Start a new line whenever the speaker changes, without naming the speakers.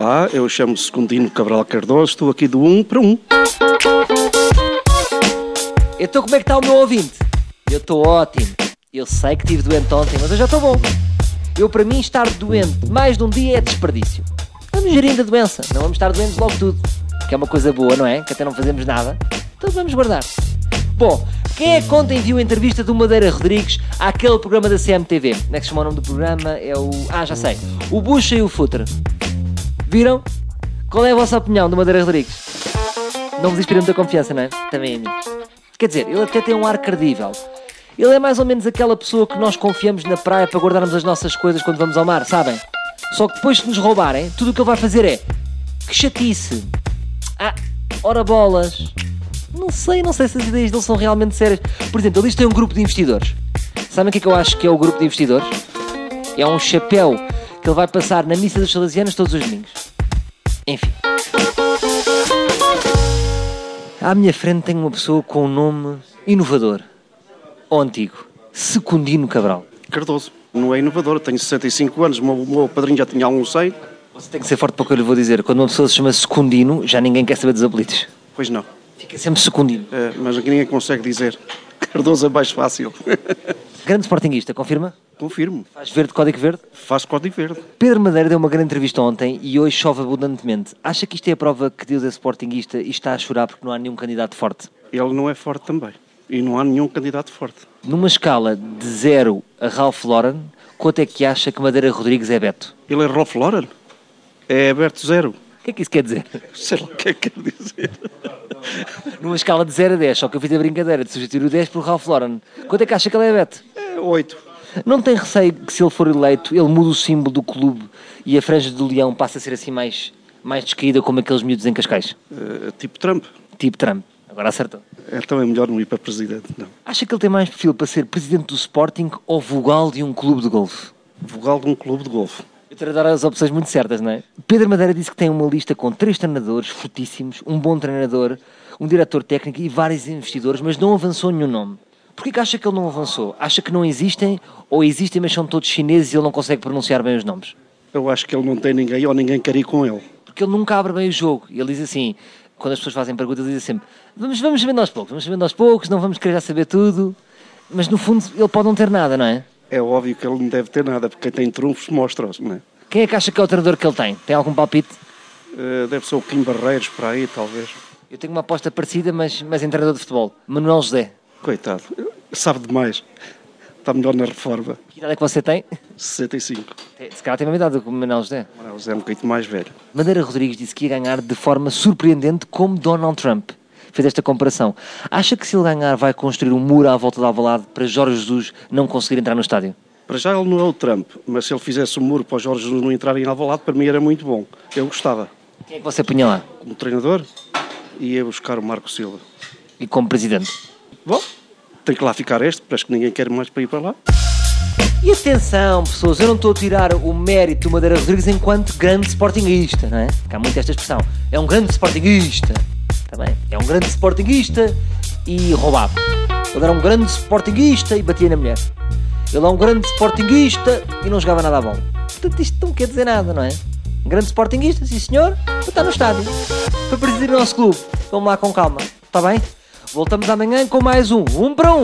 Olá, eu chamo-me Secundino Cabral Cardoso, estou aqui do 1 para 1.
Então como é que está o meu ouvinte? Eu estou ótimo. Eu sei que estive doente ontem, mas eu já estou bom. Eu para mim estar doente mais de um dia é desperdício. Vamos gerindo a doença, não vamos estar doentes logo tudo. Que é uma coisa boa, não é? Que até não fazemos nada. Então vamos guardar. Bom, quem é que ontem viu a entrevista do Madeira Rodrigues àquele programa da CMTV? Como é que se chama o nome do programa? É o... Ah, já sei. O Bucha e o Futre. Viram? Qual é a vossa opinião do Madeira Rodrigues? Não vos inspira muita confiança, não é? Também a mim. Quer dizer, ele até tem um ar credível. Ele é mais ou menos aquela pessoa que nós confiamos na praia para guardarmos as nossas coisas quando vamos ao mar, sabem? Só que depois que nos roubarem, tudo o que ele vai fazer é que chatice. Ah, ora bolas. Não sei, não sei se as ideias dele são realmente sérias. Por exemplo, ele diz que tem um grupo de investidores. Sabem o que é que eu acho que é o grupo de investidores? É um chapéu que ele vai passar na missa dos salesianos todos os domingos. Enfim. À minha frente tenho uma pessoa com um nome inovador ou antigo. Secundino Cabral.
Cardoso, não é inovador, tenho 65 anos, o meu, o meu padrinho já tinha alguns 100.
Você tem que ser forte para o que eu lhe vou dizer. Quando uma pessoa se chama Secundino, já ninguém quer saber dos apelidos.
Pois não,
Fica sempre Secundino.
Eh, mas aqui ninguém consegue dizer. Cardoso é mais fácil.
Grande sportinguista, confirma?
Confirmo,
Faz verde, código verde?
faço código verde.
Pedro Madeira deu uma grande entrevista ontem e hoje chove abundantemente. Acha que isto é a prova que Deus é sportinguista e está a chorar porque não há nenhum candidato forte?
Ele não é forte também. E não há nenhum candidato forte.
Numa escala de 0 a Ralph Lauren, quanto é que acha que Madeira Rodrigues é Beto?
Ele é Rolf Lauren, é aberto zero.
O que é que isso quer dizer?
Sei lá o que é que quer dizer.
Numa escala de 0 a 10, só que eu fiz a brincadeira de substituir o 10 por Ralph Lauren. Quanto é que acha que ele é Beto?
É oito.
Não tem receio que se ele for eleito, ele muda o símbolo do clube e a franja do leão passa a ser assim mais, mais descaída como aqueles miúdos em Cascais?
Eh, tipo Trump.
Tipo Trump. Agora acertou.
Então é melhor não ir para presidente, não.
Acha que ele tem mais perfil para ser presidente do Sporting ou vogal de um clube de golfe?
Vogal de um clube de golfe.
Eu estou a dar as opções muito certas, não é? Pedro Madeira disse que tem uma lista com três treinadores fortíssimos, um bom treinador, um diretor técnico e vários investidores, mas não avançou nenhum nome. Porquê que acha que ele não avançou? Acha que não existem ou existem, mas são todos chineses e ele não consegue pronunciar bem os nomes?
Eu acho que ele não tem ninguém ou ninguém quer ir com ele.
Porque ele nunca abre bem o jogo. Ele diz assim, quando as pessoas fazem perguntas, ele diz sempre vamos, vamos sabendo aos poucos, vamos sabendo aos poucos, não vamos querer já saber tudo. Mas no fundo ele pode não ter nada, não é?
É óbvio que ele não deve ter nada, porque quem tem trunfos mostra-os, não é?
Quem é que acha que é o treinador que ele tem? Tem algum palpite?
Eh, deve ser o Kim Barreiros para aí, talvez.
Eu tenho uma aposta parecida, mas, mas em treinador de futebol. Manuel José.
Coitado, sabe demais. Está melhor na reforma.
Que idade é que você tem?
65.
Tem- Se calhar tem a mesma idade do que o Manuel José.
Agora ele é um bocadinho mais velho.
Madeira Rodrigues disse que ia ganhar de forma surpreendente como Donald Trump. Fez esta comparação. Acha que se ele ganhar vai construir um muro à volta de Alvalade para Jorge Jesus não conseguir entrar no estádio?
Para já ele não é o Trump, mas se ele fizesse um muro para os Jorge Jesus não entrarem em Alvalade, para mim era muito bom. Eu gostava.
Quem é que você apunha lá?
Como treinador, ia buscar o Marco Silva.
E como presidente?
Bom, tem que lá ficar este, parece que ninguém quer mais para ir para lá.
E atenção, pessoas, eu não estou a tirar o mérito do Madeira Rodrigues enquanto grande sportinguista, não é? Que há muito esta expressão. É um grande sportinguista. Está bem? É um grande sportinguista e roubava. Ele era um grande sportinguista e batia na mulher. Ele é um grande sportinguista e não jogava nada à bola. Portanto, isto não quer dizer nada, não é? Um grande sportinguista, sim senhor, para estar no estádio. Para presidir o nosso clube. Vamos lá com calma. Está bem? Voltamos amanhã com mais um. Um para um.